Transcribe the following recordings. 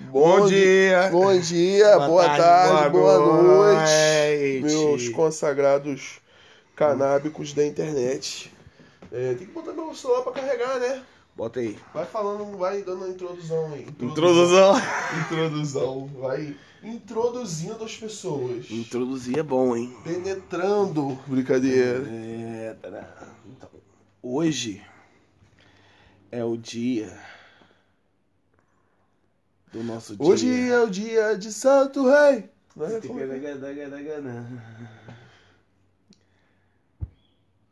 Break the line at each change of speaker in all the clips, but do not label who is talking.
Bom dia.
Bom dia, boa, tarde, boa, noite,
noite.
meus consagrados canábicos da internet. É, tem que botar meu celular pra carregar, né?
Bota aí.
Vai falando, vai dando a introdução aí.
Introdução.
Introdução. Vai introduzindo as pessoas.
Introduzir é bom, hein?
Penetrando. Brincadeira.
É, tá. Então, hoje é o dia do nosso dia.
Hoje é o dia de Santo Rei. Né? Como é que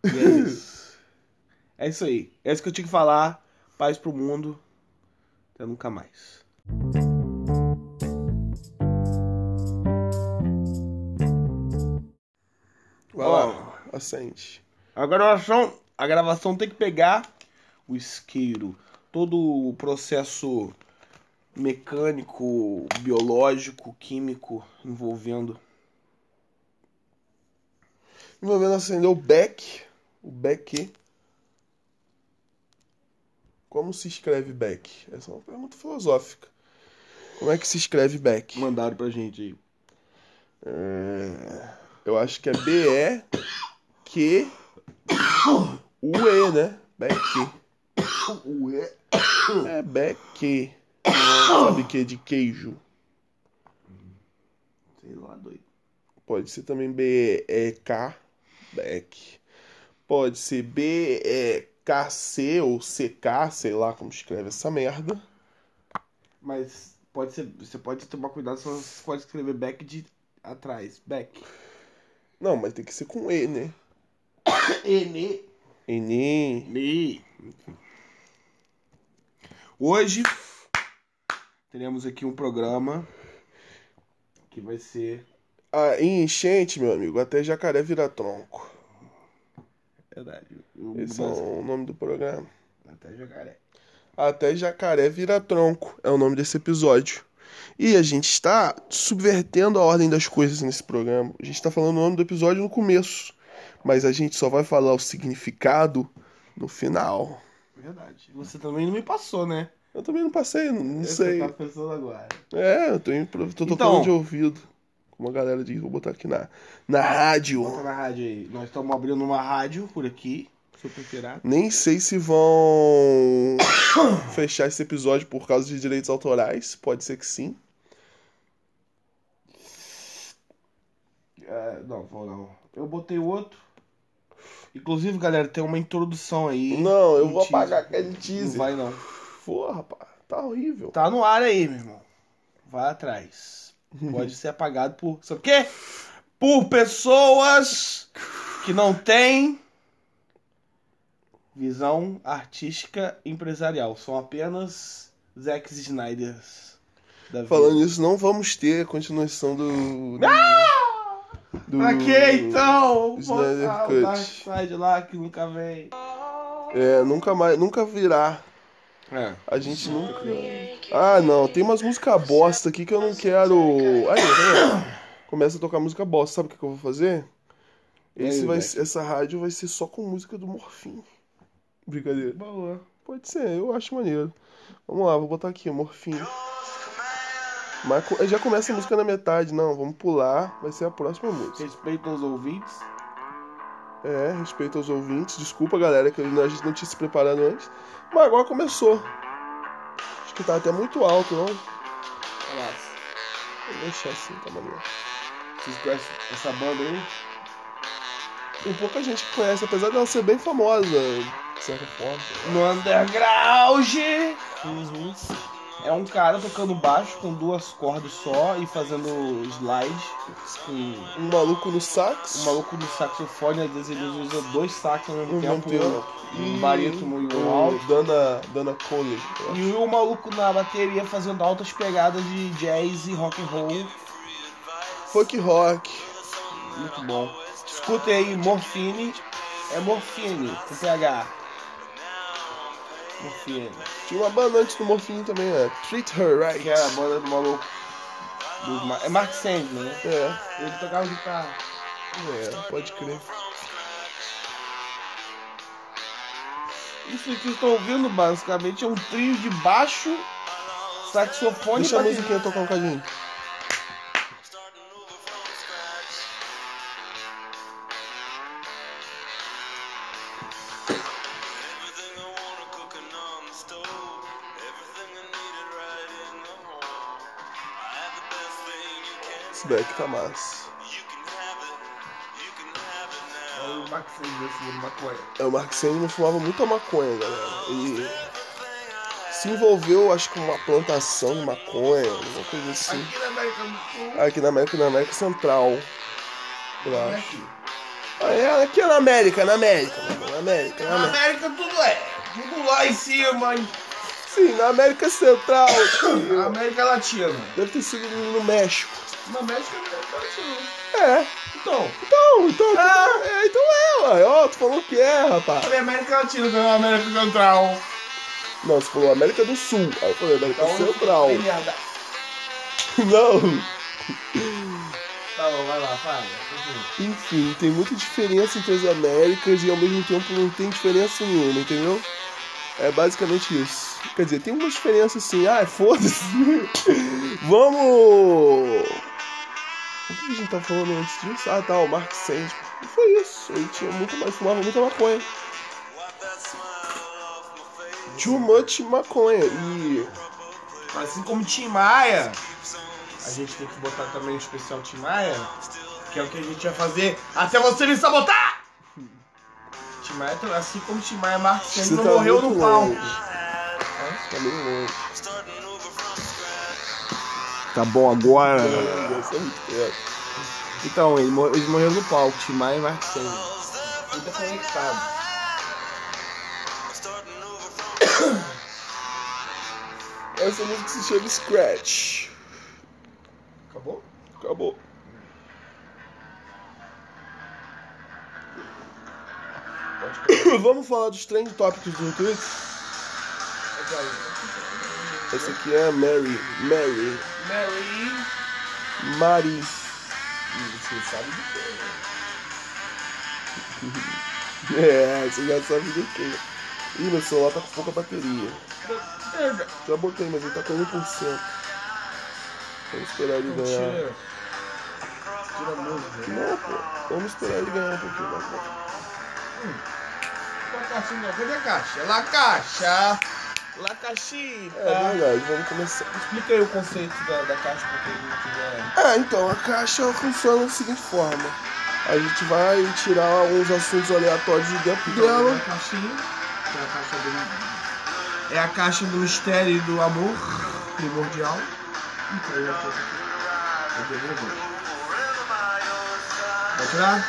E é isso. É isso aí. É isso que eu tinha que falar. Paz pro mundo. Até nunca mais.
Vai lá, acende.
A gravação, a gravação tem que pegar o isqueiro, todo o processo mecânico, biológico, químico envolvendo.
Envolvendo acender o Beck. O Beck. Como se escreve Beck? Essa é uma pergunta filosófica. Como é que se escreve Beck?
Mandaram pra gente aí.
Eu acho que é B-E-Q-U-E, né? Beck. É Beck. Sabe que é de queijo?
Sei lá, doido.
Pode ser também B-E-K, Beck. Pode ser B-E-K-C ou C-K, sei lá como escreve essa merda.
Mas pode ser, você pode tomar cuidado, senão você pode escrever back de atrás. Back.
Não, mas tem que ser com E, né?
N.
Enem.
Li. Hoje teremos aqui um programa que vai ser.
Ah, em enchente, meu amigo, até jacaré vira tronco.
Verdade.
Esse é o nome do programa.
Até é. jogaré.
Até jacaré vira tronco é o nome desse episódio. E a gente está subvertendo a ordem das coisas nesse programa. A gente está falando o nome do episódio no começo, mas a gente só vai falar o significado no final.
Verdade. Você também não me passou, né?
Eu também não passei, não, não
É o que
sei.
Eu tava pensando agora.
É, eu tô, impro- tô tocando
Então.
de ouvido. Como a galera diz, vou botar aqui na, na rádio.
Volta na rádio aí. Nós estamos abrindo uma rádio por aqui. Super pirata.
Nem sei se vão fechar esse episódio por causa de direitos autorais. Pode ser que sim.
É, não, vou não. Eu botei outro. Inclusive, galera, tem uma introdução aí.
Não, eu vou
Um teaser.
apagar aquele
Não
teaser.
vai não.
Porra, pá, tá horrível.
Tá no ar aí, meu irmão. Vai atrás. Pode ser apagado por. Sabe o quê? Por pessoas que não têm visão artística empresarial. São apenas Zack Snyders. Da vida.
Falando nisso, não vamos ter a continuação do. do, do-
Pra que Ah! então?
Snyder
Botar
Cut.
o Dark Side lá que nunca vem.
É, nunca mais, nunca virá.
É.
A gente nunca. Ah, não, tem umas músicas bosta aqui que eu não quero. Aí, tá vendo? Começa a tocar música bosta. Sabe o que que eu vou fazer? Esse
Aí,
vai,
Beck.
ser- essa rádio vai ser só com música do Morfim. Brincadeira.
Boa.
Pode ser, eu acho maneiro. Vamos lá, vou botar aqui, Morfim. Mas co- já começa a música na metade, não. Vamos pular, vai ser a próxima música.
Respeito aos ouvintes.
É, respeito aos ouvintes. Desculpa, galera, que a gente não tinha se preparado antes. Mas agora começou. Acho que tá até muito alto, não?
Vocês
Vou deixar assim, tá maneiro.
conhecem essa banda aí?
Tem pouca gente que conhece, apesar dela ser bem famosa, de certa forma.
No underground é um cara tocando baixo com duas cordas só e fazendo slide com
Um maluco no sax.
um maluco no saxofone, às vezes ele usa dois sax ao mesmo
no
tempo,
Vampiro.
um barítono e um alto.
Dana, Dana Cole.
E o maluco na bateria fazendo altas pegadas de jazz e rock and roll.
Funk rock.
Muito bom. Escutem aí, Morfine. É Morfine, com PH. Morfine.
Tinha uma banda antes do Morfinho também, né? Treat Her Right.
Que era é a banda do maluco. do Ma- É Mark Sandman, né?
É,
Ele tocava guitarra.
é, pode crer.
Isso que eu estou ouvindo basicamente é um trio de baixo, Saxofone
Deixa a
bateria.
musiquinha tocar um cadinho. Esse back tá massa.
Olha o assim, Max Sanders fumando maconha.
É, o Mark Sandman fumava muita maconha, galera. E se envolveu, acho que, com uma plantação de maconha, alguma coisa assim.
Aqui na América do Sul.
Aqui na América, na América Central. Eu
não é
acho.
aqui.
Ah, é, aqui é na América, na América, meu irmão, na América, na
Na
América.
América tudo é. Tudo lá em cima, hein?
Sim, na América Central.
Na América Latina.
Deve ter sido no México.
Na América é América Latina.
É,
Então,
então, então, então,
Ah.
é, então é, ué. Ó, tu falou que é, rapaz.
falei América Latina, não é América Central.
Não, você falou América do Sul. Aí eu falei América
Então,
Central.
tem merda.
Não.
Tá bom, vai lá, fala. Continua.
Enfim, tem muita diferença entre as Américas e ao mesmo tempo não tem diferença nenhuma, entendeu? É basicamente isso. Quer dizer, tem uma diferença assim, ah, foda-se. Vamos. O que a gente tá falando antes disso? Ah, tá, o Mark Sandman. E foi isso. Ele tinha muito mais, fumava muita maconha. Too much maconha. E.
Assim como Tim Maia, a gente tem que botar também o especial Tim Maia, que é o que a gente vai fazer até você me sabotar! Tim Maia, assim como Tim Maia, Mark
Você
Sandman
tá
morreu
muito
no palco.
longe. Tá meio longe. Tá bom agora. é
Então, ele mor- eles morreram no palco, Tim Maia e Mark Sandman. Tudo conectado.
Essa música se chama Scratch.
Acabou?
Acabou.
Pode
Vamos falar dos trend tópicos do Twitter?
acabar.
Essa aqui é Mary. Mary.
Mary.
Mari.
Você sabe do que?
É, você já sabe do que. Ih, meu celular tá com pouca bateria. Já botei, mas ele tá com 1%. Vamos esperar ele ganhar.
Tira. Tira a música.
Não, pô. Vamos esperar ele ganhar um pouquinho mais. pô.
Qual a caixa não? Cadê a caixa? La caixa! La caixita!
É verdade, vamos começar.
né? Explica aí o conceito da, da caixa pra quem não quiser.
Ah, então, a caixa funciona da seguinte forma. A gente vai tirar uns assuntos aleatórios de dentro dela.
a caixinha. Que é a caixa do. É a caixa do mistério e do amor primordial. Então eu tô aqui. Eu devolvo. Vai tirar?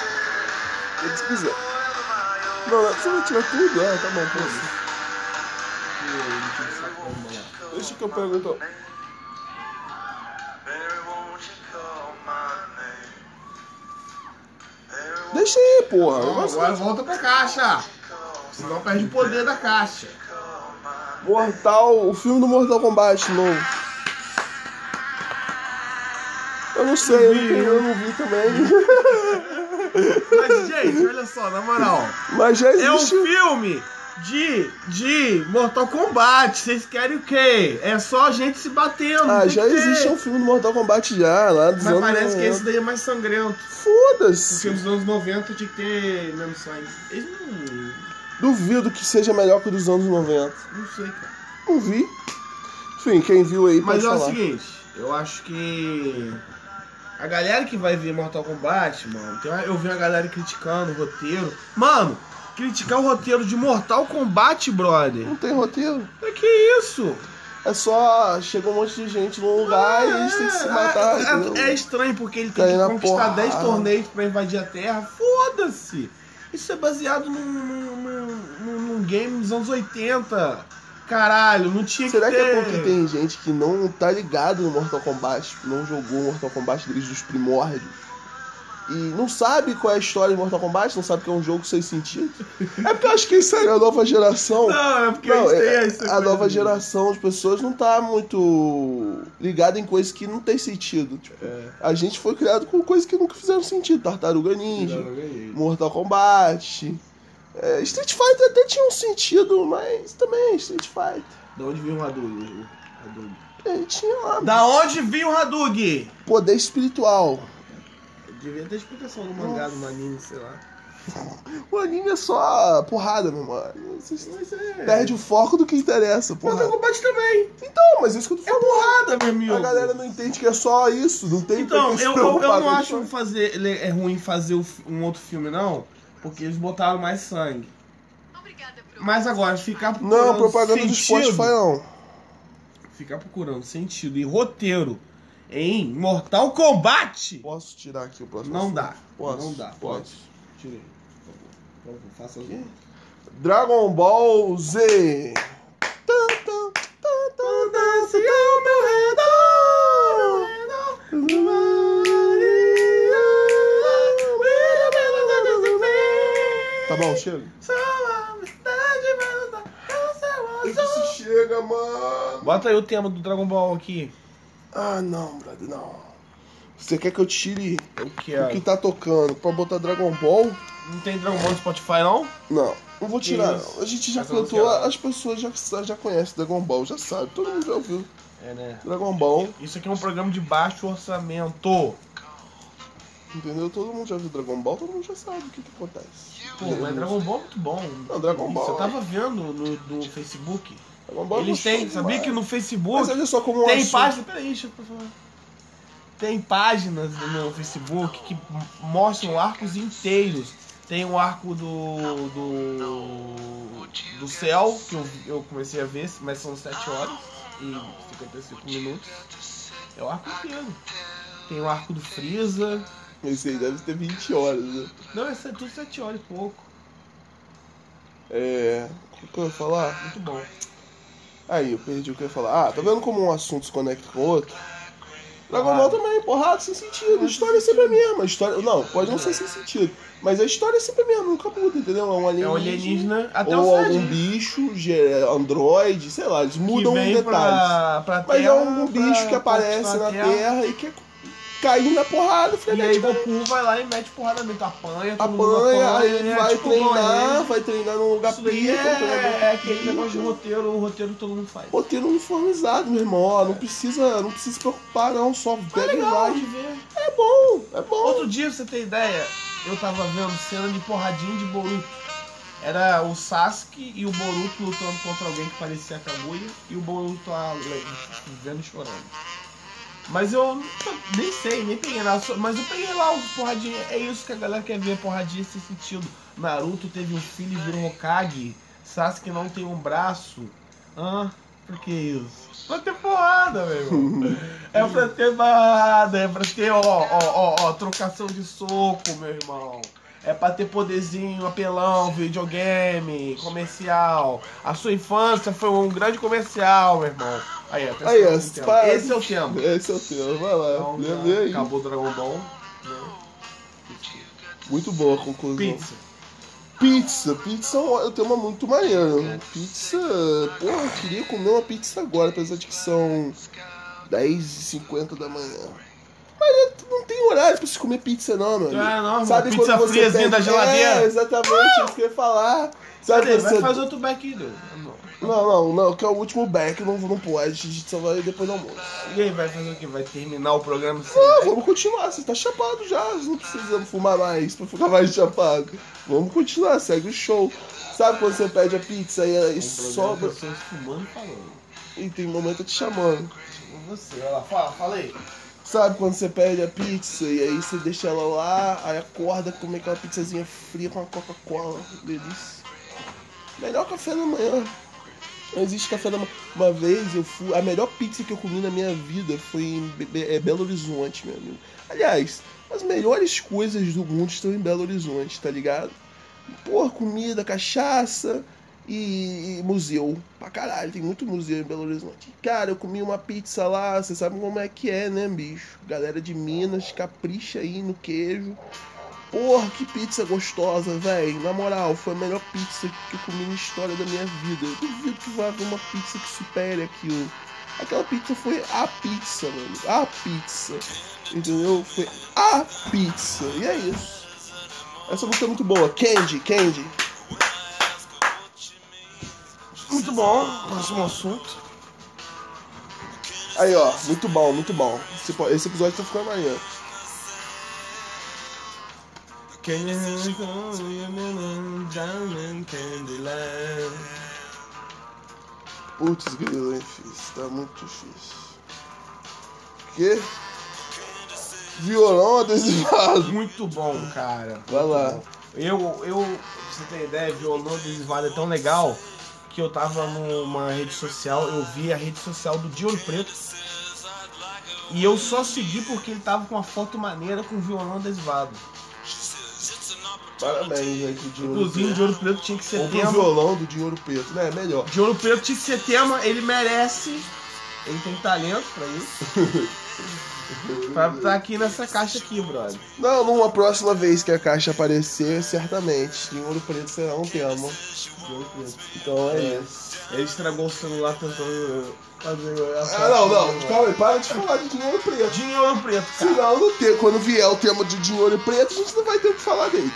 Eles quiser. Não, não, você vai tirar tudo? Ah, tá bom, pô.
Que ele tinha um saco pra mim lá.
Deixa que eu pego então. Deixa aí, porra.
Não,
Nossa,
agora volta pra caixa! Senão perde o poder da caixa.
Mortal, o filme do Mortal Kombat novo. Eu não sei, eu, não- eu não vi também.
Mas, gente, olha só, na moral.
Mas já
É um
existe.
filme de, de Mortal Kombat. Vocês querem o quê? É só a gente se batendo.
Ah,
tem
já
que ter.
existe um filme do Mortal Kombat já, lá dos
Mas
anos
parece que
90.
esse daí é mais sangrento. Os
Foda-se.
filmes dos anos 90 tinha que ter mesmo sangue. Eles não.
Duvido que seja melhor que o dos anos 90.
Não sei, cara.
Não vi. Enfim, quem viu aí
Mas
pode
é o
falar.
seguinte, eu acho que. A galera que vai ver Mortal Kombat, mano, tem uma- eu vi a galera criticando o roteiro. Mano, criticar o roteiro de Mortal Kombat, brother.
Não tem roteiro.
Mas que isso?
É só chega um monte de gente num lugar e eles têm que se matar.
Ah, É,
entendeu?
é estranho porque ele tem
Cair
que
na
conquistar
porrada.
10 torneios pra invadir a Terra. Foda-se! Isso é baseado num, num, num- num- num game dos anos 80. Caralho, não tinha
Será
que
que é
ter...
porque tem gente que não tá ligado no Mortal Kombat, tipo, não jogou Mortal Kombat desde os primórdios? E não sabe qual é a história de Mortal Kombat, não sabe que é um jogo sem sentido? É porque eu acho que isso aí é a nova geração.
Não, é porque
Não,
a gente
é-
tem essa
a
coisa
nova
do-
geração de pessoas não tá muito ligada em coisas que não tem sentido. Tipo,
É.
A gente foi criado com coisas que nunca fizeram sentido. Tartaruga Ninja, Mortal Kombat. é, Street Fighter até tinha um sentido, mas também Street Fighter.
Da onde veio o Hadouken? O Hadouken.
Ele tinha lá
Da onde viu o Hadouken?
poder espiritual.
Devia ter explicação no mangá, no anime, sei lá.
O anime é só porrada, meu mano. Vocês
Mas é...
perde o foco do que interessa,
Mortal
porra.
Kombat também.
Então, mas é isso que eu tô
É porrada, meu amigo.
A galera não entende que é só isso, não tem
Então,
por que se
eu, eu,
preocupar
eu
com
não acho
isso.
fazer, ele- é ruim fazer o fi- um outro filme, não. Porque eles botaram mais sangue. Mas agora, ficar procurando
Não, propaganda do
sentido,
Spotify não.
Ficar procurando sentido e roteiro em Mortal Kombat
Posso tirar aqui o próximo?
não
assunto?
dá.
Posso?
Não dá.
Posso.
Tirei. Por favor, faça aqui.
Dragon Ball Z.
Dance ao meu redor, ao meu redor.
Tá bom, chega. Isso chega, mano.
Bota aí o tema do Dragon Ball aqui.
Ah, não, brother, não. Você quer que eu tire
Eu
o que tá tocando pra botar Dragon Ball?
é, Não tem Dragon Ball no Spotify, não?
Não, não vou tirar.
Isso.
não. A gente já
Mas eu não
cantou,
quero.
as pessoas já, sa- já conhecem Dragon Ball, já sabe. Todo mundo já ouviu
É, né?
Dragon Ball,
Isso aqui é um programa de baixo orçamento.
entendeu? Todo mundo já viu Dragon Ball, todo mundo já sabe o que, que acontece.
Pô, mas Dragon Ball é muito bom.
Não, Dragon Ball. é.
Você tava vendo no, no Facebook?
Dragon Ball é
Eles
gostoso
têm, sabia
demais.
que no Facebook
Mas olha só como é um
Tem
assunto-
páginas. Peraí, deixa eu falar. Tem páginas no meu Facebook que mostram arcos inteiros. Tem o arco do. do. do céu, que eu, eu comecei a ver, mas são 7 horas e 55 minutos. É o arco inteiro. Tem o arco do Freeza.
Esse aí deve ter 20 horas, né?
Não, é tudo 7 horas e pouco.
É. O que eu ia falar?
Muito bom.
Aí, eu perdi o que eu ia falar. Ah, tá vendo como um assunto se conecta com o outro? Dragon
Ah.
Ball também, porrada, sem sentido. A história é sempre a mesma. A história... Não, pode não ser sem sentido. Mas a história é sempre a mesma, nunca muda, entendeu? É um
É
alienígena.
o alienígena até
ou
o
algum
Saiyajin.
bicho, ge- androide, sei lá, eles mudam
que
os
vem
detalhes.
Pra, pra
Mas é
terra,
algum bicho
pra
que aparece
conquistar
na
a
Terra e quer cair na porrada, fica
E aí Goku vai lá e mete porrada dentro, apanha, todo mundo
apanha, aí ele
é
vai
tipo
treinar,
Gohan.
vai treinar num lugar né?
Isso daí
pica,
é,
treinador
é aquele
pica.
negócio de roteiro, o roteiro que todo mundo faz.
Roteiro uniformizado, um meu irmão, ó, não precisa, não precisa se preocupar não, só
É
pega e
legal de
vai.
ver.
É bom, é bom.
Outro dia, pra você ter ideia, eu tava vendo cena de porradinha de Boruto. Era o Sasuke e o Boruto lutando contra alguém que parecia a Kaguya e o Boruto lá le- vendo e chorando. Mas eu nunca- nem sei, nem peguei nada, só- mas eu peguei lá os porradinhas. É isso que a galera quer ver, porradinha sem sentido. Naruto teve um filho e virou Hokage. Sasuke não tem um braço. Ah, por que isso? Pra ter porrada, meu irmão. É pra ter barrada, é pra ter, ó, ó, ó, ó, trocação de soco, meu irmão. É pra ter poderzinho, apelão, videogame, comercial. A sua infância foi um grande comercial, meu irmão. Aí, ó,
Aí, ó,
esse, é o tema.
para-
esse é o tema.
Esse é o tema, vai lá,
Então, já
lembra aí.
acabou o Dragon Ball. né?
Muito boa a conclusão.
Pizza.
Pizza, pizza é um tema muito maneiro. Pizza, porra, eu queria comer uma pizza agora, apesar de que são 10h50 da manhã. Mas eu não tem horário pra se comer pizza, não, meu amigo.
Ah, não,
Sabe
pizza
quando você pede-
friazinha da geladeira.
É, exatamente, isso que eu ia falar. Sabe
Cadê?
você...
Vai fazer um- outro back aí, Tá Deus.
Não, não, não, que é o último back, não, não pode, a gente só vai depois do almoço.
E aí, vai fazer o quê? Vai terminar o programa sem
Ah, vamos continuar, você tá chapado já, você não precisa fumar mais pra ficar mais chapado. Vamos continuar, segue o show. Sabe quando você pede a pizza e, e
Um programa
sobra...
de Vocês fumando e falando.
E tem um momento te chamando.
Tipo Você, olha lá, fala, fala aí.
Sabe quando você perde a pizza e aí você deixa ela lá, aí acorda, come aquela pizzazinha fria com uma Coca-Cola, delícia. Melhor café da manhã. Não existe café da manhã. Uma vez eu fui. A melhor pizza que eu comi na minha vida foi em Be- Be- é, Belo Horizonte, meu amigo. Aliás, as melhores coisas do mundo estão em Belo Horizonte, tá ligado? Porra, comida, cachaça e, e museu. Pra caralho, tem muito museu em Belo Horizonte. Cara, eu comi uma pizza lá, você sabe como é que é, né, bicho? Galera de Minas, capricha aí no queijo. Porra, que pizza gostosa, velho. Na moral, foi a melhor pizza que eu comi na história da minha vida. Eu duvido que vai haver uma pizza que supere aquilo. Aquela pizza foi a pizza, mano. A pizza. Entendeu? Foi a pizza. E é isso. Essa música é muito boa. Candy, Candy.
Muito bom, próximo assunto.
Aí, ó, muito bom, muito bom. Esse, po- esse episódio tá ficando amanhã. Putz, grilo, hein, difícil. Tá muito difícil. Que? Violão adesivado.
Muito bom, cara.
Vai
Muito
lá.
bom. Eu, eu, pra você ter ideia, violão desvado é tão legal que eu tava numa rede social, eu vi a rede social do Dion Preto. E eu só segui porque ele tava com uma foto maneira com o violão desvado.
Parabéns, né, que de ouro
Inclusive, o
preto.
de ouro preto tinha que ser
Ou pro
tema.
violão do de ouro preto, né? Melhor.
De ouro preto tinha que ser tema, ele merece. Ele tem talento pra isso. pra estar aqui nessa caixa aqui, brother.
Não, numa próxima vez que a caixa aparecer, certamente, de ouro preto será um tema.
De ouro preto.
Então é,
É.
isso.
Ele estragou o celular tentando fazer.
Ah, não, não. Calma aí, para de falar de dinheiro preto.
Dinheiro é preto, cara.
Senão, não tem. quando vier o tema de dinheiro preto, a gente não vai ter o que falar dele.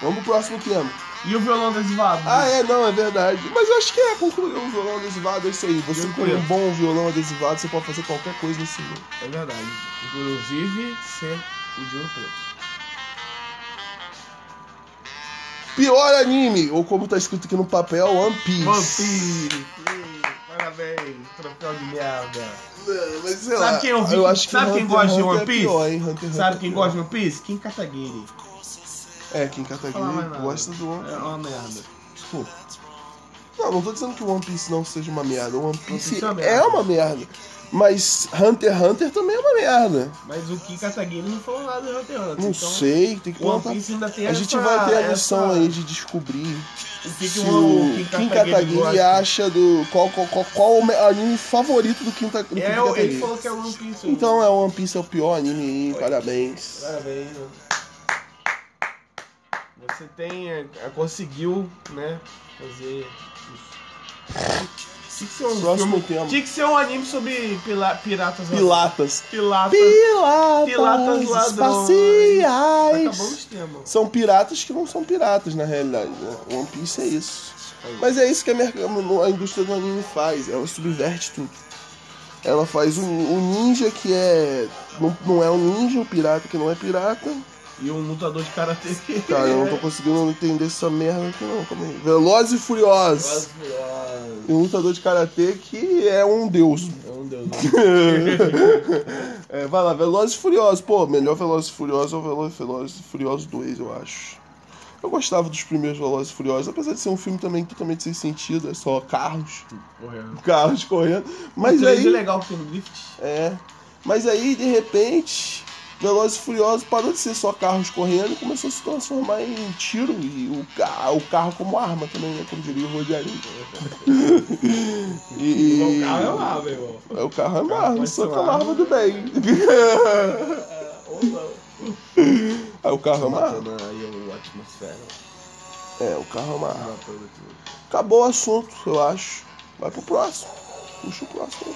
Vamos pro próximo tema.
E o violão tá adesivado?
Ah, é, não, é verdade. Mas eu acho que é, concluiu um violão adesivado, é isso aí. Você
Eu
com um
conheço.
bom violão adesivado, você pode fazer qualquer coisa nesse mundo.
É verdade. Inclusive, ser o de ouro preto.
Pior anime, ou como tá escrito aqui no papel, One Piece.
Parabéns, troféu de merda.
Não, mas sei
Sabe
lá,
quem eu vi-
acho que
sabe quem
Hunter x
gosta de
Hunter
One
é
Piece?
pior, hein? Hunter x
Sabe
Hunter
quem
é
gosta de One Piece? Kim Kataguiri.
pior. É, quem
Fala mais
Kataguiri
nada.
gosta do One
É
Piece.
uma merda.
Pô. Não, não tô dizendo que o One Piece não seja uma merda. O One Piece,
Piece é uma merda.
é uma merda. Mas Hunter x Hunter também é uma merda.
Mas o Kim Kataguiri não falou nada do Hunter x Hunter.
Não
então,
sei, tem que
O One
contar.
Piece ainda tem
A gente
essa-
vai ter a
essa- um
missão aí de descobrir
O que, que
se
o
o
Kim
Kim
Kataguiri
Kataguiri
gosta.
acha do. Qual, qual, qual, qual o me- anime favorito do Kim Ta- do Kim
É, o-
Kataguiri.
ele falou que é o One Piece.
Então é o One Piece é o pior anime aí, parabéns.
Parabéns. né? Você tem. eh, conseguiu, né? Fazer isso. Tinha que ser um
Próximo
filme-
tema.
Tinha que ser um anime sobre pila- piratas.
Pilatas.
Piratas.
Piratas,
Piratas ladrões. Acabou
espaciais.
Tá o tema.
São piratas que não são piratas, na realidade. Né? One Piece é isso. Mas é isso que a, merc- a indústria do anime faz. Ela subverte tudo. Ela faz o o ninja que é. Não, não é um ninja, o pirata que não é pirata.
E um lutador de karatê.
Cara, eu não tô conseguindo entender essa merda aqui não, calma aí. Veloz e Furiosos. E um lutador de karatê que é um deus.
Meu Deus. né?
É, vai lá, Velozes e Furiosos. Pô, melhor Velozes e Furiosos é o Velo- Velozes e Furiosos 2, eu acho. Eu gostava dos primeiros Velozes e Furiosos, apesar de ser um filme também totalmente sem sentido, é só carros,
Correndo.
carros correndo. Mas
Três é
aí,
legal porque tem um drift.
é, mas aí de repente, Velozes e Furiosos parou de ser só carros correndo e começou a se transformar em tiro e o, ca- o carro como arma também, né, como diria o Rogerinho. e
O carro é lá, meu irmão.
é, o carro é uma
Carro
arma,
pode
só
ser
que é
uma
uma arma
arma.
do bem.
Ou não.
Ah, o carro é uma arma.
Matando Tá aí o atmosfera.
É, o carro é uma arma.
Matando tudo.
Acabou o assunto, eu acho. Vai pro próximo. Puxa o próximo.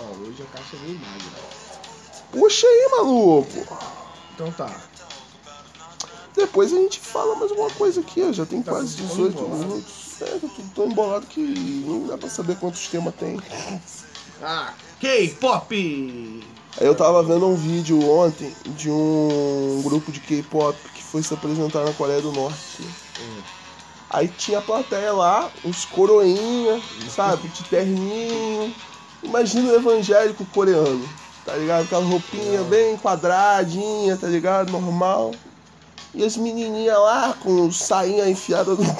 Ó, hoje a caixa é meio magra.
Puxa aí, maluco.
Então tá.
Depois a gente fala mais alguma coisa aqui, ó. Já tem
Tá
quase
tudo
18
embolado.
minutos. É, tô tão embolado que não dá pra saber quantos temas tem.
Ah, K-pop!
Aí eu tava vendo um vídeo ontem de um grupo de K-pop que foi se apresentar na Coreia do Norte.
É.
Aí tinha a plateia lá, os coroinha, sabe, de terninho. Imagina o evangélico coreano, tá ligado? Aquela roupinha bem quadradinha, tá ligado? Normal. E as menininhas lá com sainha enfiada no,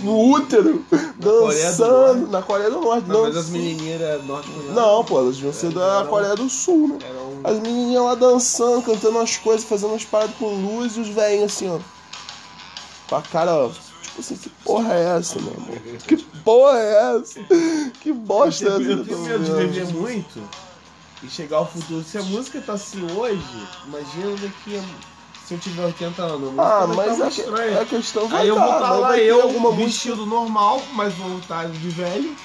no útero,
Coreia do
dançando.
Norte?
na Coreia do Norte,
Não, mas as
dançando.
menininhas eram norte-coreanas.
Não, pô, elas deviam ser da
Eram-
Coreia do Sul, né?
Eram.
As menininhas lá dançando, cantando umas coisas, fazendo umas paradas com luz e os velhinhos assim, ó. Com a cara, ó. Tipo assim, que porra é essa, meu irmão? Que porra é essa? Que bosta é
Eu
essa?
tenho- eu
que eu
tenho
tô
medo de
vendo?
beber muito e chegar ao futuro. Se a música tá assim hoje, imagina daqui a... se eu tiver 80 anos. A música
Ah,
vai
mas
tá
a,
muito
que-
estranha.
a questão vai
Aí eu vou
tá,
estar
mas
lá,
vai ter
eu,
alguma música.
vestido normal, mas voltado de velho,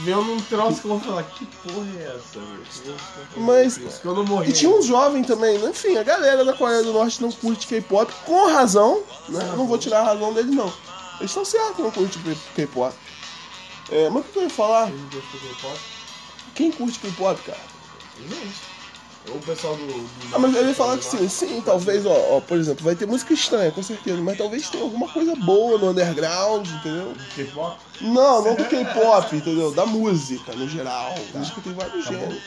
vendo um troço que eu vou falar, que porra é essa? meu? Que eu tô fazendo
Mas-
isso? que eu não morri.
E tinha um jovem também, né? enfim, a galera da Coreia do Norte não curte K-pop, com razão, né? Eu não vou tirar a razão deles, não. Eles estão certos que não curte K-pop. É, mas o que eu ia falar?
ainda.
Que Quem curte K-pop, cara?
Gente. Ou É o pessoal do. do-
Ah, mas eu ia falar que sim, sim, talvez, ó, ó, por exemplo, vai ter música estranha, com certeza, mas talvez tenha alguma coisa boa no underground, entendeu?
Do K-pop?
Não, não do K-pop, entendeu? Da música, no geral. Música tem vários
Tá bom.
gêneros.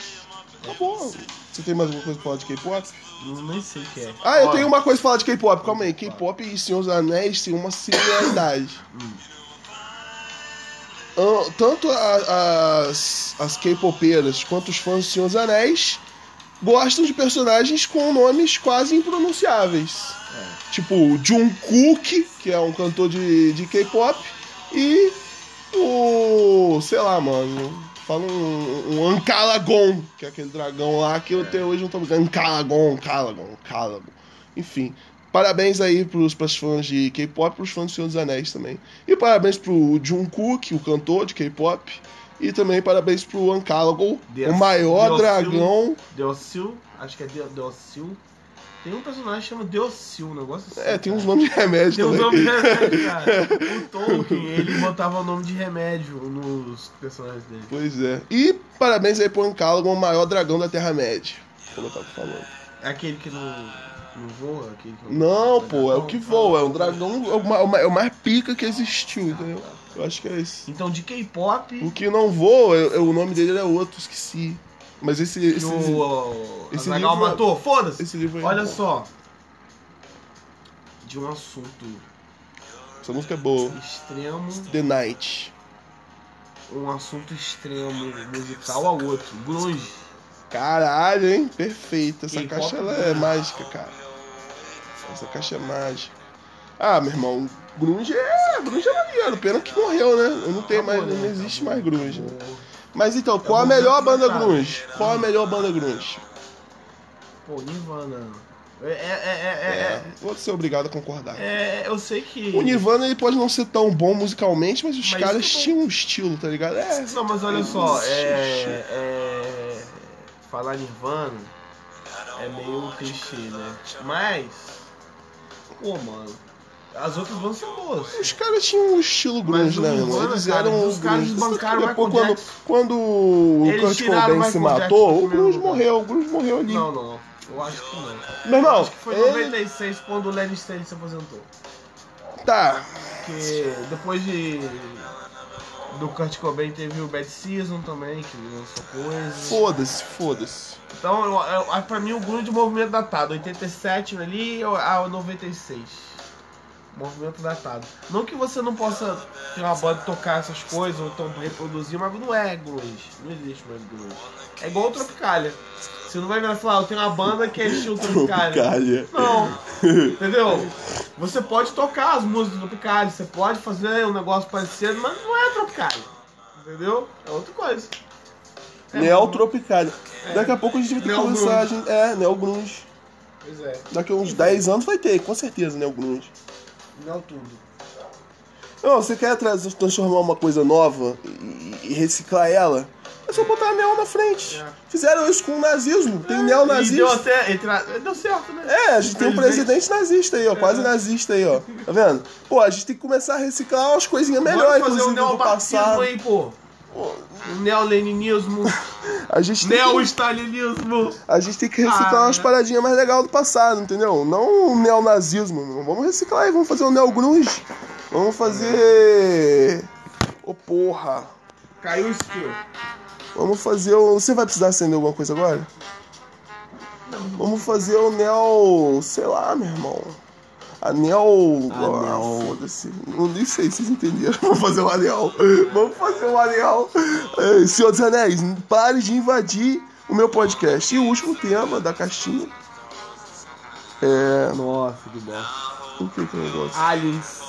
Tá bom. Você tem mais alguma coisa pra falar de K-pop?
Não, nem sei o que é.
Ah, eu
Ó,
tenho uma coisa pra falar de K-pop, calma aí. K-pop e Senhor dos Anéis têm uma similaridade. Ah, Tanto a- as, as K-popeiras quanto os fãs do Senhor dos Anéis gostam de personagens com nomes quase impronunciáveis.
É.
Tipo o Jungkook, que é um cantor de, de K-pop, e o. sei lá, mano. Fala um, um Ancalagon, que é aquele dragão lá que eu até hoje não tô brincando. Ancalagon, Ancalagon, Ancalagon. Enfim, parabéns aí pros, pras fãs de K-pop e pros fãs do Senhor dos Anéis também. E parabéns pro Jungkook, o cantor de K-pop. E também parabéns pro Ancalagon,
The-
o maior
The-
dragão.
Deocil, acho que é De- Deocil. Tem um personagem que chama Deocil, um negócio assim.
É, tem
cara.
uns nomes de remédio
Tem um
também.
nome de remédio, cara. O Tolkien, ele botava o nome de remédio nos personagens dele.
Pois é. E parabéns aí pro Ancalagon, o maior dragão da Terra-média. Como eu tava falando.
É aquele que não, não voa? Aquele que
Não, pô, é o que
Ah, tá,
voa, é um dragão, é o ma- é o ma- é o mais pica que existiu, entendeu? Eu acho que é esse.
Então, de K-pop,
O que não voa, é- é- o nome dele era outro, esqueci. Mas esse.
que
Esse,
o
esse
Azaghal
livro é-
matou, foda-se.
esse livro aí é
Olha
bom.
só. De um assunto
Essa música é boa.
extremo,
The Night.
um assunto extremo musical ao outro. Grunge.
Caralho, hein? Perfeita. Essa
K-pop.
caixa ela é mágica, cara. Essa caixa é mágica. Ah, meu irmão, Grunge é. Grunge é maneiro. Pena que morreu, né? Eu não tenho mais.
Acabou,
Não
né?
existe mais
Acabou.
Grunge. né? Mas então, qual a
vou ver
melhor
aqui na
banda
cara.
grunge? Qual a melhor banda grunge?
Pô, Nirvana. É, é, é, é,
Vou ser obrigado a concordar.
é, é, Eu sei que.
O Nirvana ele pode não ser tão bom musicalmente, mas os
Mas
caras
isso é bom.
tinham um estilo, tá ligado? É.
Não, mas olha
Eles
só,
existiam.
é, é. Falar Nirvana é meio clichê, né? Mas. Pô, mano. As outras bandas são boas.
Os caras tinham um estilo grunge,
o
né,
Nirvana,
mano? Eles
cara,
eram
os caras
grunge.
desbancaram o
Depois,
Michael
quando, quando o
Eles
Kurt
tiraram o
Cobain se
Michael Jackson do
matou, o
primeiro
grunge
lugar.
morreu, o grunge morreu ali.
Não, não, não. Eu acho que não.
Meu irmão,
Acho que foi em
ele-
96 quando o Lenny Stanley se aposentou.
tá.
Porque depois de. Do Kurt Cobain teve o Bad Season também, que lançou coisas.
Foda-se, foda-se.
Então, eu, eu, pra mim, o grunge é um movimento datado. 87 ali ao 96. Movimento datado. Não que você não possa ter uma banda e tocar essas coisas, ou então reproduzir, mas não é grunge. Não existe mais grunge. É igual o Tropicália. Você não vai virar e falar, "Ah, eu tenho uma banda que é estilo Tropicália.
Tropicália.
Não, entendeu? Você pode tocar as músicas do Tropicália, você pode fazer um negócio parecido, mas não é Tropicália. Entendeu? É outra coisa. É
Neotropicália. Daqui a pouco a gente vai ter que
Neo
conversar. a gente- É, Neogrunge.
Pois é.
Daqui a uns 10 anos vai ter, com certeza, Neogrunge.
Não tudo.
Não, você quer trans- transformar uma coisa nova e, e reciclar ela? É só botar neo na frente.
É.
Fizeram isso com o nazismo. Tem neo
E deu,
nazista.
até, entre a- deu certo, né?
É, a gente tem um
Presidente. É.
presidente nazista aí, ó. Quase nazista aí, ó. Tá vendo? Pô, a gente tem que começar a reciclar as coisinhas melhores,
Bora fazer o
É inclusive, do
neomarxismo
passado.
aí, pô.
Pô,
O neoleninismo,
A gente tem que...
neo-stalinismo.
A gente tem que reciclar
Ah,
umas
né?
paradinhas mais legais do passado, entendeu? Não o neonazismo. não. Vamos reciclar aí, vamos fazer o neogrunge. Vamos fazer. Ô porra!
Caiu o skill.
Vamos fazer o. Você vai precisar acender alguma coisa agora? Vamos fazer o neo. sei lá, meu irmão. Anel.
Anel.
Ah, foda-se. Eu nem sei, vocês entenderam. Vamos fazer o anel. Vamos fazer o anel. Eh, Senhor dos Anéis, pare de invadir o meu podcast. E o último tema da caixinha. É.
Nossa, que bosta.
O que é um que eu gosto?
Aliens.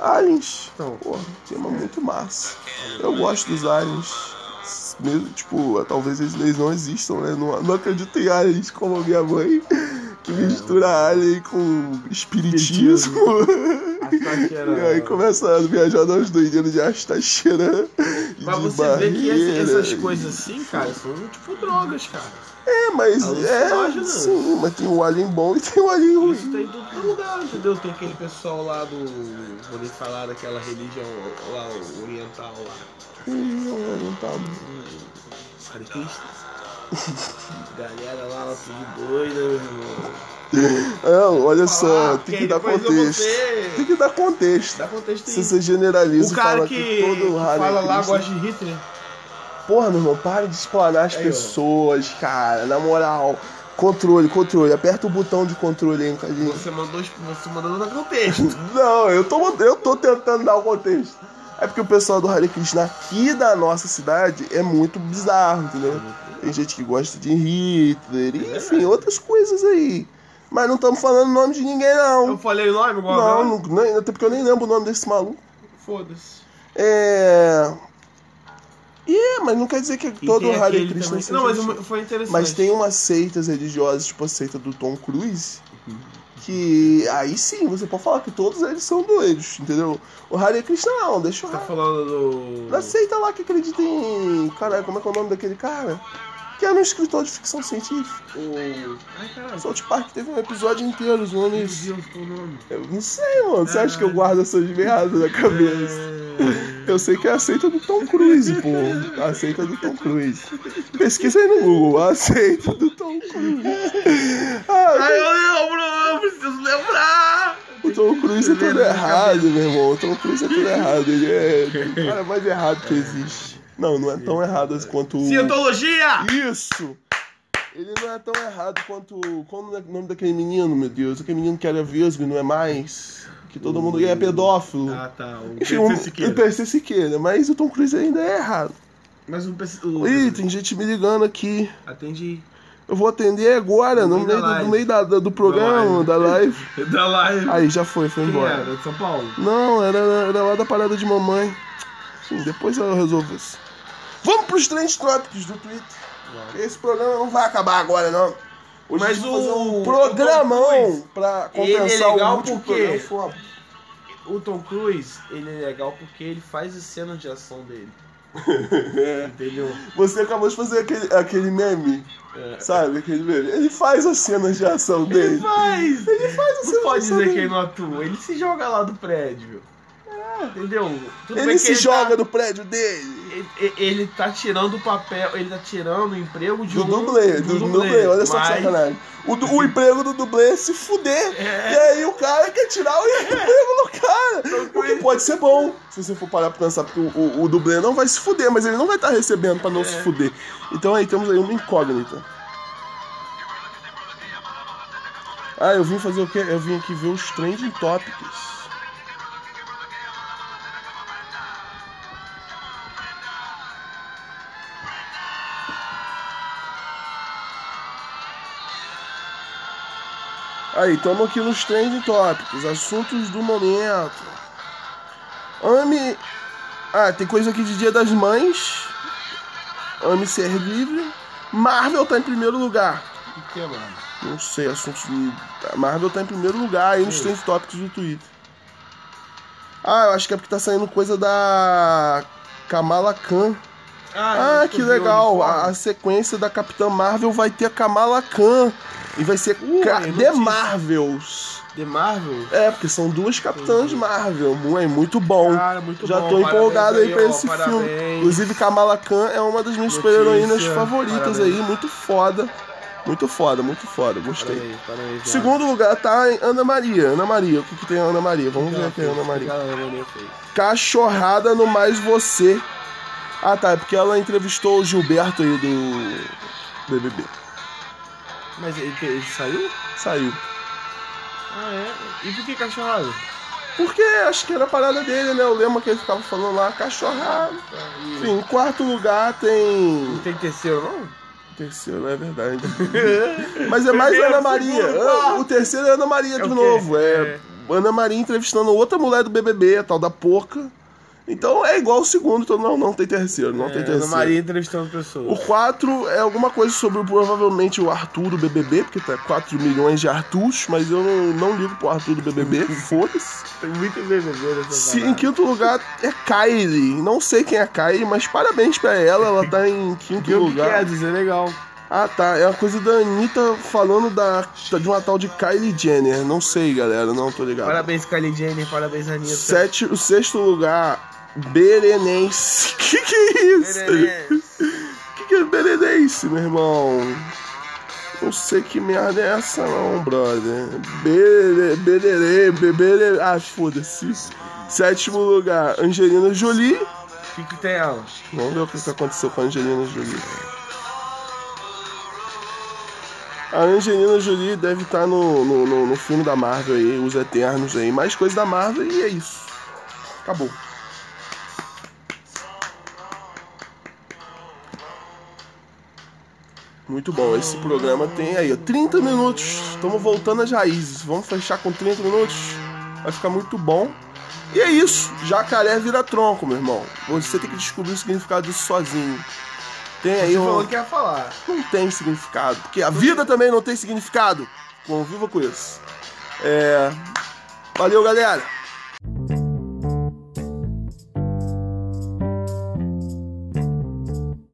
Aliens.
Então.
Porra, tema muito massa. Eu gosto dos aliens. Mesmo, tipo, talvez eles- eles não existam, né? Não, não acredito em aliens como a minha mãe,
É.
que mistura alien com espiritismo.
Astaxerã.
e aí é começa a viajar nas doideiras de Astaxerã. e
Pra
de
você ver que esse-
barreira.
essas coisas assim, cara, são tipo drogas, cara.
É, mas é,
Alucinógenas.
sim, mas tem um alien bom e tem um alien
Isso
ruim.
tem em todo lugar, entendeu? Tem aquele pessoal lá do. Vou nem falar daquela religião lá oriental lá.
um Ih, não, não tá bom.
Flamenguista. Galera lá, ela tudo doida, meu irmão.
Não, olha só,
Falar,
tem
porque
que dar
depois eu
contexto.
vou ser-
Tem que dar contexto.
Dá contexto
Se
aí.
você generaliza
O
e
cara
fala
que,
que todo é
que
Hare
fala lá
Krishna-
gosta de Hitler.
Porra, meu irmão, para de explanar as
Aí, ó.
pessoas, cara. Na moral. Controle, controle. Aperta o botão de controle aí, Cadinho.
Você mandou, você mandou no contexto.
Não, eu tô, eu tô tentando dar o contexto. É porque o pessoal do Hare Krishna aqui da nossa cidade é muito bizarro, entendeu? Tem gente que gosta de Hitler, e,
É.
enfim, outras coisas aí. Mas não estamos falando o nome de ninguém,
Eu né?
não.
falei o nome igual
Não,
agora?
não nem- até porque eu nem lembro o nome desse maluco.
Foda-se.
É. E é, mas não quer dizer que
E
todo é
tem
Hare
aquele
Krishna
também-
seja
Não, mas
assim.
uma- é foi interessante.
Mas tem umas seitas religiosas, tipo a seita do Tom Cruise,
Uhum.
que aí sim você pode falar que todos eles são doidos, entendeu? O Hare Krishna não, deixa o
Você tá
Hare.
falando do.
Da seita lá que acredita em. Caralho, como é que é o nome daquele cara? Que era um escritor de ficção científica.
O... Ai, caralho.
South Park teve um episódio inteiro zoando
Meu
isso.
Deus, qual o nome?
Eu não sei, mano. Você acha que
Ah.
eu guardo essas merdas na cabeça?
É...
Eu sei que é a seita do Tom Cruise, pô. A seita do Tom Cruise. Pesquisa aí no Google. A seita do Tom Cruise. Ah,
Ai, eu lembro, eu preciso lembrar.
o Tom Cruise é tudo errado, meu irmão. O Tom Cruise é tudo errado. Ele é o cara mais errado que existe. Não, não é tão errado quanto. o-
Cientologia!
Isso! Ele não é tão errado quanto. Qual é o nome daquele menino, meu Deus? Aquele menino que era vesgo e não é mais. Que todo mundo. E é pedófilo.
Ah, tá. O
Enfim, o
PC
o
Siqueira.
PC Siqueira, mas o Tom Cruise ainda é errado.
Mas o PC. o-
Ih, tem gente me ligando aqui.
Atende
Eu vou atender agora,
No
no,
meio
meio,
da
do,
live.
no meio da- da- do programa,
live.
da live.
aí. Da live.
Aí já foi, foi
Quem
embora.
era? De São Paulo.
Não, era, era lá da parada de mamãe. Sim, depois eu resolvo isso. Vamos pros trends tópicos do Twitter. Esse programa não vai acabar agora, não. Hoje
Mas
a gente vai fazer
o-
um
o Tom
programão
Cruise,
pra
ele é
compensar
legal
o último
porque-
programa. Foda.
O Tom Cruise, ele é legal porque ele faz as cenas de ação dele. Entendeu?
Você acabou de fazer aquele, aquele meme,
É.
sabe? Aquele meme. Ele faz as cenas de ação dele.
Ele faz! Ele
faz as
Não
cenas
pode
de ação
dizer que
dele.
ele não atua. Ele se joga lá do prédio. Entendeu? Tudo bem
É. Ele
que
se joga
Tá,
do prédio dele.
ele, ele tá tirando o papel, ele tá tirando o emprego de
Do
um...
dublê, do, dublê, olha só que
mas-
sacanagem. O, du- o emprego do dublê é se fuder.
É.
E aí o cara quer tirar o emprego do cara.
Tranquilo.
O que pode ser bom, se você for parar pra pensar, porque o, o, o dublê não vai se fuder, mas ele não vai estar recebendo pra não se fuder. Então aí temos aí uma incógnita. Ah, eu vim fazer o quê? Eu vim aqui ver os trending topics. Aí, estamos aqui nos trending topics, assuntos do momento. Ame. Ah, tem coisa aqui de Dia das Mães. Ame ser livre. Marvel tá em primeiro lugar.
O que, é, mano?
Não sei, assuntos de. tá, Marvel tá em primeiro lugar aí nos
Sim.
trending topics do Twitter. Ah, eu acho que é porque tá saindo coisa da. Kamala Khan. Ah,
eu
que
vi o
legal!
uniforme.
A, a sequência da Capitã Marvel vai ter a Kamala Khan. E vai ser
Ué,
Ca-
notícia.
The Marvels.
The Marvel?
É, porque são duas capitãs Marvel. Um é muito bom.
Cara, muito
Já
bom.
tô
Parabéns
empolgado aí pra
ó,
esse filme.
parabéns.
Inclusive, Kamala Khan é uma das minhas
Notícia.
super-heroínas favoritas
Parabéns.
aí. Muito foda. Muito foda, muito foda. Gostei.
Parabéns, parabéns, Marvel.
Segundo lugar tá em Ana Maria. Ana Maria, o que, que tem a Ana Maria? Vamos ver o que é a Ana Maria.
Cara, Ana Maria fez.
Cachorrada no Mais Você. Ah tá, é porque ela entrevistou o Gilberto aí do BBB.
Mas ele, ele saiu?
Saiu.
Ah, é? E por que cachorrado?
Porque acho que era a parada dele, né? O lema que ele ficava falando lá, cachorrada.
Enfim.
Enfim, em quarto lugar tem.
Não tem terceiro, não?
Terceiro, é verdade. Mas é mais
Primeiro,
Ana Maria.
segundo,
Ah,
quarto.
o terceiro é Ana Maria
É
de
o quê?
novo. É
É.
Ana Maria entrevistando outra mulher do BBB, a tal da Poca. Então é igual o segundo, então não, não tem terceiro, não tem
É,
terceiro.
Ana Maria entrevistando
O
pessoas.
4 é alguma coisa sobre provavelmente o Arthur do BBB, porque tá 4 milhões de Arthurs, mas eu não, não ligo pro Arthur do BBB, foda-se.
Tem muita bebedora nessa
Se- Em
parada.
quinto lugar é Kylie. Não sei quem é Kylie, mas parabéns pra ela, ela tá em quinto
Viu o que é
lugar.
quer dizer legal.
Ah, tá. É uma coisa da Anitta falando da, de uma tal de Kylie Jenner. Não sei, galera. Não tô ligado.
Parabéns, Kylie Jenner. Parabéns, Anitta.
Sete, o sexto lugar, Berenice. Que que é isso?
Berenice.
Que que é Esse, meu irmão. Não sei que merda é essa não, brother. Bere- Bererê, beberê. Ah, foda-se. Sétimo lugar, Angelina Jolie.
O que, que tem ela?
Vamos ver o que que aconteceu com a Angelina Jolie. A Angelina Jolie deve estar no, no, no- no filme da Marvel aí, Os Eternos aí, mais coisa da Marvel e é isso. Acabou. Muito bom, esse programa tem aí, ó, 30 minutos. Estamos voltando às raízes. Vamos fechar com 30 minutos. Vai ficar muito bom. E é isso. Jacaré vira tronco, meu irmão. Você tem que descobrir o significado disso sozinho. Tem aí
Você
um
falou que ia falar.
não tem significado. Porque a vida também não tem significado. Conviva com isso. É... Valeu, galera!